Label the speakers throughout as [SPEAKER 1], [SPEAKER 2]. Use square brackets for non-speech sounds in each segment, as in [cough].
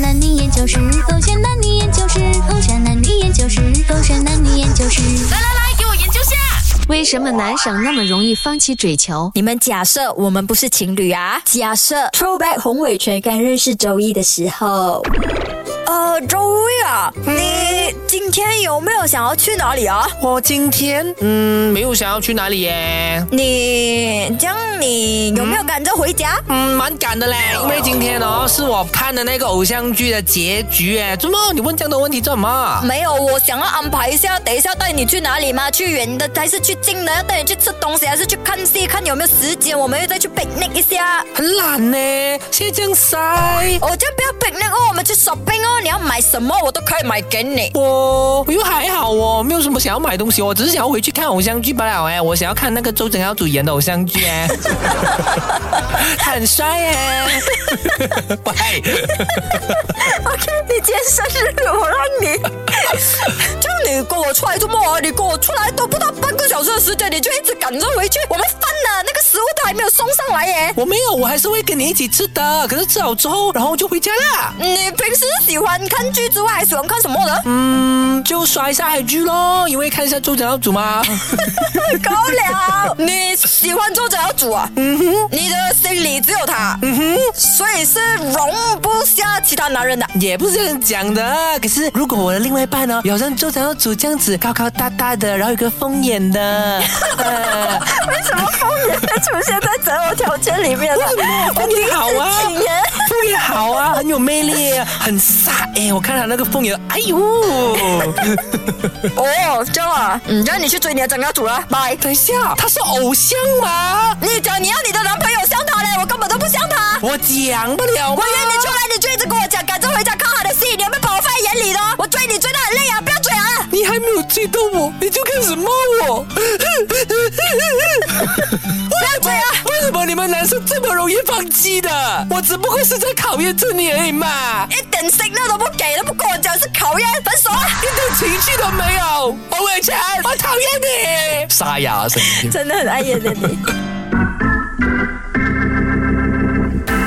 [SPEAKER 1] 男女研究室，狗血男女研究室，狗血男女研究室，狗血男女研究室。
[SPEAKER 2] 来来来，给我研究下。
[SPEAKER 3] 为什么男生那么容易放弃追求？
[SPEAKER 4] 你们假设我们不是情侣啊？
[SPEAKER 5] 假设 Throwback 洪伟全刚认识周易的时候，
[SPEAKER 4] 呃，周易啊，你今天有没有想要去哪里啊？
[SPEAKER 6] 我哦今天嗯没有想要去哪里耶，
[SPEAKER 4] 你这样你有没有赶着回家？
[SPEAKER 6] 嗯蛮赶的嘞，因为今天哦是我看的那个偶像剧的结局哎，怎么你问这样的问题做什么？
[SPEAKER 4] 没有，我想要安排一下，等一下带你去哪里吗？去远的还是去近的？要带你去吃东西还是去看戏？看有没有时间，我们又再去 picnic 一下。
[SPEAKER 6] 很懒呢，现在这样塞。
[SPEAKER 4] 我就不要 picnic 哦，我们去 shopping 哦，你要买什么我都可以买给你。
[SPEAKER 6] 我我又还好哦，没有什么想要买东西哦，我只是想要回去看偶像剧罢了哎。我想要看那个周正耀主演的偶像剧哎，他很帅哎。喂，
[SPEAKER 4] OK，你今天生日，我让你。 [laughs] 叫你跟我出来做梦啊！你跟我出来都不到半个小时的时间，你就一直赶着回去。我们饭呢，那个食物都还没有送上来耶。
[SPEAKER 6] 我没有，我还是会跟你一起吃的。可是吃好之后，然后就回家啦。
[SPEAKER 4] 你平时喜欢看剧之外，还喜欢看什么呢？
[SPEAKER 6] 嗯，就刷一下 IG 咯，因为看一下周正耀主嘛。
[SPEAKER 4] 高粱，你喜欢周泽主啊？嗯哼，你的心里只有他，嗯哼，所以是容不下其他男人的。
[SPEAKER 6] 也不是这样讲的，可是如果我的另外一半呢，哦有像周正耀主这样子高高大大的，然后有个疯眼的，呃
[SPEAKER 4] [laughs] 为什么风也会 [laughs] 出现在择偶条件里面呢？
[SPEAKER 6] 风也好啊
[SPEAKER 4] 我第一次听耶
[SPEAKER 6] 凤眼好啊，很有魅力，很飒。 [laughs] 哎，我看他那个凤眼，哎呦，
[SPEAKER 4] 哦，这样啊，嗯，让你去追你的整个主了，拜。
[SPEAKER 6] 等一下，他是偶像吗？
[SPEAKER 4] 你讲你要你的男朋友像他嘞，我根本都不啊像他。
[SPEAKER 6] 我讲不了吗
[SPEAKER 4] 我？约你出来，你就一直跟我讲赶着回家看他的戏，你有没有把我放在眼里呢？我追你追得很累啊，不要追啊！
[SPEAKER 6] 你还没有追到我，你就开始骂我。 [laughs]
[SPEAKER 4] 不要追啊！
[SPEAKER 6] 为什么你们男生这么容易放弃的？我只不过是在考验着你而已嘛，
[SPEAKER 4] 一点信任都不给，都不跟我讲是考验，分手啊！
[SPEAKER 6] 一点情绪都没有。王伟强，我讨厌你！ [laughs] 沙哑的声音。
[SPEAKER 5] 真的很爱演的你。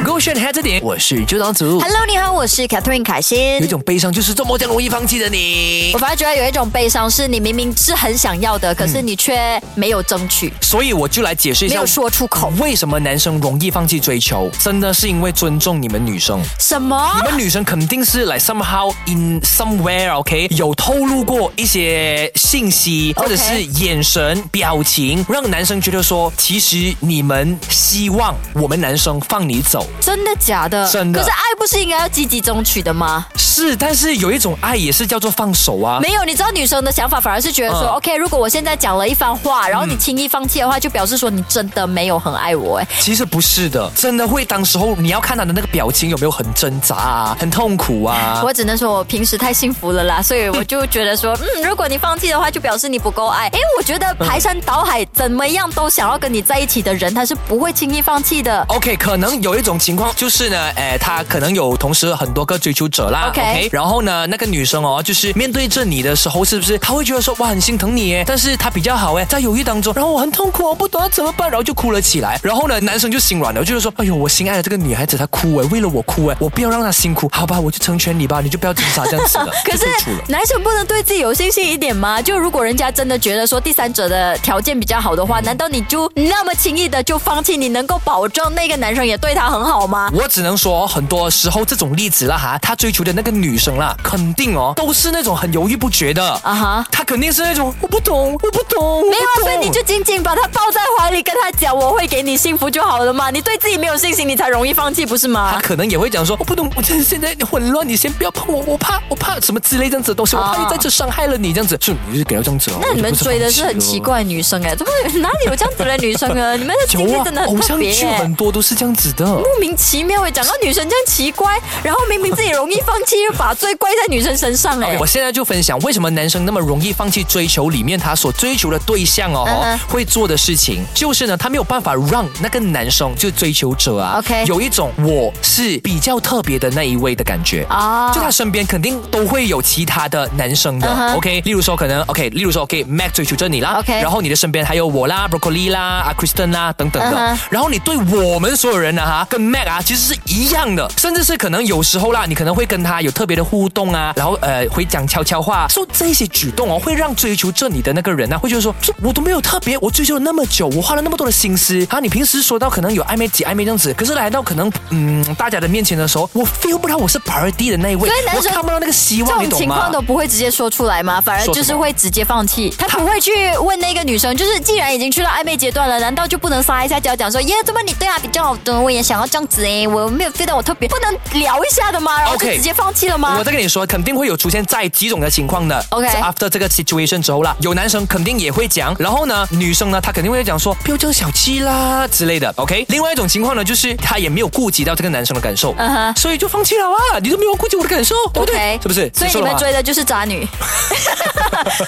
[SPEAKER 6] 勾选黑这点，我是周长组。
[SPEAKER 4] Hello，你好，我是 Catherine 凯
[SPEAKER 6] 有一
[SPEAKER 4] 欣。
[SPEAKER 6] 种悲伤，就是这么这样容易放弃的你
[SPEAKER 4] 我。反而觉得有一种悲伤，是你明明是很想要的，可是
[SPEAKER 6] 嗯
[SPEAKER 4] 你却没有争取，
[SPEAKER 6] 所以我就来解释一
[SPEAKER 4] 没
[SPEAKER 6] 下
[SPEAKER 4] 有。说出口。
[SPEAKER 6] 为什么男生容易放弃追求？真的是因为尊重你们女生，
[SPEAKER 4] 什么
[SPEAKER 6] 你？们女生肯定是来 somehow in somewhere OK 有透露过一些信息，或者是
[SPEAKER 4] OK
[SPEAKER 6] 眼神、表情，让男生觉得说，其实你们希望我们男生放你走。
[SPEAKER 4] 真的假的？
[SPEAKER 6] 真的
[SPEAKER 4] 可是爱不是应该要积极争取的吗？
[SPEAKER 6] 是，但是有一种爱也是叫做放手啊。
[SPEAKER 4] 没有，你知道女生的想法反而是觉得说、
[SPEAKER 6] 嗯
[SPEAKER 4] o k 如果我现在讲了一番话，然后你轻易放弃的话，就表示说你真的没有很爱我。哎，
[SPEAKER 6] 其实不是的，真的会当时候你要看他的那个表情有没有很挣扎啊，很痛苦啊。
[SPEAKER 4] 我只能说我平时太幸福了啦，所以我就觉得
[SPEAKER 6] [laughs]
[SPEAKER 4] 说，嗯，如果你放弃的话，就表示你不够爱。哎，我觉得排山倒海怎么样都想要跟你在一起的人，他是不会轻易放弃的。
[SPEAKER 6] OK，可能有一种情况就是呢，诶，他可能有同时很多个追求者啦。
[SPEAKER 4] OK
[SPEAKER 6] 然后呢，那个女生哦，就是面对着你的时候，是不是她会觉得说哇很心疼你耶？但是她比较好哎，在犹豫当中，然后我很痛苦，我啊不懂要怎么办，然后就哭了起来。然后呢，男生就心软了，就是说，哎呦，我心爱的这个女孩子她哭哎，为了我哭哎，我不要让她辛苦，好吧，我就成全你吧，你就不要挣扎这样子了。
[SPEAKER 4] [laughs] 可是
[SPEAKER 6] 就退出了
[SPEAKER 4] 男生不能对自己有信心一点吗？就如果人家真的觉得说第三者的条件比较好的话，难道你就那么轻易的就放弃？你能够保证那个男生也对他很好吗？
[SPEAKER 6] 我只能说，很多时候这种例子啦哈，他追求的那个女生啦，肯定哦，都是那种很犹豫不决的
[SPEAKER 4] 啊
[SPEAKER 6] 啊
[SPEAKER 4] 哈
[SPEAKER 6] 他肯定是那种我不懂，我不懂，
[SPEAKER 4] 没有啊，
[SPEAKER 6] 我不
[SPEAKER 4] 所
[SPEAKER 6] 懂
[SPEAKER 4] 以你就紧紧把他抱在怀里，跟他讲我会给你幸福就好了嘛。你对自己没有信心，你才容易放弃，不是
[SPEAKER 6] 他
[SPEAKER 4] 吗？
[SPEAKER 6] 可能也会讲说，我不懂，我现现在混乱，你先不要碰我，我怕，我怕什么之类这样子的东西，我怕
[SPEAKER 4] 啊
[SPEAKER 6] 又在这伤害了你这样子，就你就给到这样子哦。
[SPEAKER 4] 那你们追的是很奇怪的女生哎、怎么有哪里有这样子的女生啊？你们的
[SPEAKER 6] 我就
[SPEAKER 4] 经
[SPEAKER 6] 不是
[SPEAKER 4] 历真的
[SPEAKER 6] 很清楚
[SPEAKER 4] 很
[SPEAKER 6] 了。有啊，偶
[SPEAKER 4] 特
[SPEAKER 6] 像
[SPEAKER 4] 别、
[SPEAKER 6] 剧
[SPEAKER 4] 欸
[SPEAKER 6] 很。多都是这样子的。
[SPEAKER 4] 莫名其妙哎，讲到女生这样奇怪，然后明明自己容易放弃，又把罪怪在女生身上哎、
[SPEAKER 6] 啊哦我现在就分享为什么男生那么容易放弃追求里面他所追求的对象哦
[SPEAKER 3] 嗯
[SPEAKER 6] 会做的事情，就是呢，他没有办法让那个男生就追求者啊
[SPEAKER 3] OK
[SPEAKER 6] 有一种我是比较特别的那一位的感觉
[SPEAKER 3] 哦
[SPEAKER 6] 就他身边肯定都会有其他的男生的、
[SPEAKER 3] 嗯哼
[SPEAKER 6] o k 例如说可能 OK，例如说 OK Mac 追求着你啦
[SPEAKER 3] OK
[SPEAKER 6] 然后你的身边还有我啦，Broccoli 啦，啊 Kristen 啦等等的
[SPEAKER 3] 嗯哼
[SPEAKER 6] 然后你对我们所有人呢、哈，跟 Mac 啊其实是一样的，甚至是可能有时候啦，你可能会跟他有特别的互动啊，然后呃会讲悄悄话，说这些举动哦，会让追求这你的那个人呢、啊会觉得说，这我都没有特别，我追求了那么久，我花了那么多的心思啊，你平时说到可能有暧昧几暧昧这样子，可是来到可能嗯大家的面前的时候，我 feel 不到我是 priority 的那一位，
[SPEAKER 4] 所以男
[SPEAKER 6] 我
[SPEAKER 4] 生
[SPEAKER 6] 看不到那个希
[SPEAKER 4] 这
[SPEAKER 6] 望，你
[SPEAKER 4] 种
[SPEAKER 6] 懂
[SPEAKER 4] 情
[SPEAKER 6] 吗
[SPEAKER 4] 况？都不会直接说出来吗？反而
[SPEAKER 6] 说什
[SPEAKER 4] 就
[SPEAKER 6] 么
[SPEAKER 4] 是会直接放弃，他不会去问那个女生，就是既然已经去哎到暧昧阶段了，难道就不能撒一下娇讲说，耶，怎么你对他比较好的，我也想要这样子哎，我没有 feel 到我特别，不能聊一下的吗？然后就
[SPEAKER 6] OK
[SPEAKER 4] 直接放弃了吗
[SPEAKER 6] 我再跟你说，肯定会有出现在几种的情况的。
[SPEAKER 4] OK
[SPEAKER 6] 是 after 这个 situation 之后啦，有男生肯定也会讲，然后呢，女生呢，她肯定会讲说不要这样小气啦之类的。OK，另外一种情况呢，就是她也没有顾及到这个男生的感受
[SPEAKER 4] 嗯哼
[SPEAKER 6] 所以就放弃了啊，你都没有顾及我的感受，对不对
[SPEAKER 4] OK，
[SPEAKER 6] 是不是？
[SPEAKER 4] 所以
[SPEAKER 6] 说
[SPEAKER 4] 你
[SPEAKER 6] 了
[SPEAKER 4] 们
[SPEAKER 6] 吗
[SPEAKER 4] 追的就是渣女， [laughs]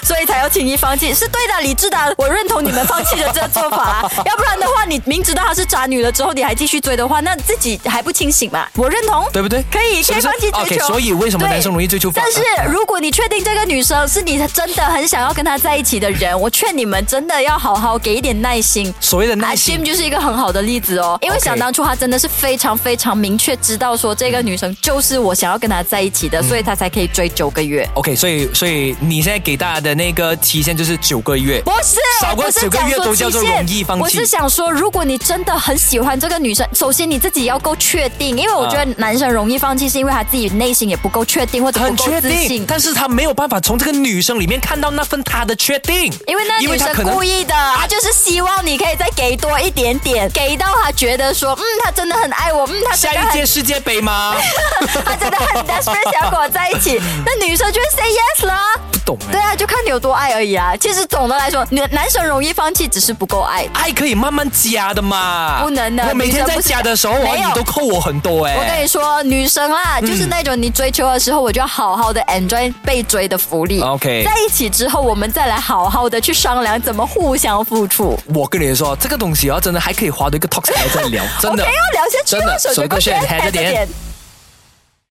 [SPEAKER 4] 所以才要轻易放弃，是对的，理智的，我认同你们放弃的这做
[SPEAKER 6] [laughs]
[SPEAKER 4] 法。啊要不然的话，你明知道她是渣女了之后，你还继续追的话，那自己还不清醒嘛？我认同，
[SPEAKER 6] 对不对
[SPEAKER 4] 可以，可
[SPEAKER 6] 是不
[SPEAKER 4] 以
[SPEAKER 6] 是
[SPEAKER 4] 放弃追
[SPEAKER 6] OK，
[SPEAKER 4] 求。
[SPEAKER 6] 所以为什么
[SPEAKER 4] 对
[SPEAKER 6] 男生容易追求反哦
[SPEAKER 4] 但是如果你确定这个女生是你真的很想要跟她在一起的人，我劝你们真的要好好给一点耐心。
[SPEAKER 6] 所谓的
[SPEAKER 4] 啊
[SPEAKER 6] 耐心
[SPEAKER 4] Jim 就是一个很好的例子哦，因为
[SPEAKER 6] OK
[SPEAKER 4] 想当初他真的是非常非常明确知道说这个女生就是我想要跟她在一起
[SPEAKER 6] 嗯
[SPEAKER 4] 的，所以他才可以追九个月。
[SPEAKER 6] OK，所以所以你现在给大家的那个期限就是九个月
[SPEAKER 4] 不。是，
[SPEAKER 6] 少过
[SPEAKER 4] 我不是
[SPEAKER 6] 九个
[SPEAKER 4] 讲
[SPEAKER 6] 月
[SPEAKER 4] 说
[SPEAKER 6] 都叫做
[SPEAKER 4] 期限
[SPEAKER 6] 容易放弃
[SPEAKER 4] 我是想说，如果你真的很喜欢这个女生，首先你自己要够确定，因为我觉得男生容易放弃是因为他自己内心也不够确定或者
[SPEAKER 6] 很
[SPEAKER 4] 不够
[SPEAKER 6] 确
[SPEAKER 4] 自
[SPEAKER 6] 定
[SPEAKER 4] 信，。
[SPEAKER 6] 但是他没有办法从这个女生里面看到那份他的确定，
[SPEAKER 4] 因为那
[SPEAKER 6] 因
[SPEAKER 4] 女
[SPEAKER 6] 为他
[SPEAKER 4] 生
[SPEAKER 6] 可能
[SPEAKER 4] 故意的，她就是希望你可以再给多一点点，
[SPEAKER 6] [laughs]
[SPEAKER 4] 给到她觉得说，嗯，她真的很爱我，嗯，她
[SPEAKER 6] 下
[SPEAKER 4] 真的
[SPEAKER 6] 一届
[SPEAKER 4] 很，
[SPEAKER 6] 世界杯吗？
[SPEAKER 4] [laughs] 她真的很 desperate 想要跟我在一起，那女生就会 say yes 啦。
[SPEAKER 6] 不懂哎、
[SPEAKER 4] 对啊，就看你有多爱而已啊。其实总的来说，男男生容易放弃，只是不够爱。
[SPEAKER 6] 爱可以慢慢加的嘛，
[SPEAKER 4] 不能的
[SPEAKER 6] 我每天在加的时候，
[SPEAKER 4] 女生
[SPEAKER 6] 哇
[SPEAKER 4] 不是没有
[SPEAKER 6] 你都扣我很多哎、嗯
[SPEAKER 4] 我跟你说，女生啦，就是那种你追求的时候，我就要好好的 enjoy 被追的福利。
[SPEAKER 6] OK
[SPEAKER 4] 在一起之后，我们再来好好的去商量怎么互相付出。
[SPEAKER 6] 我跟你
[SPEAKER 4] [laughs]
[SPEAKER 6] 哦说，这个东西啊，真的还可以划到一个 talk 来再聊，真的
[SPEAKER 4] OK，。要聊下去
[SPEAKER 6] 真
[SPEAKER 4] 了，
[SPEAKER 6] 的，
[SPEAKER 4] 手机
[SPEAKER 6] 手歌
[SPEAKER 4] 过去
[SPEAKER 6] 炫，嗨着点。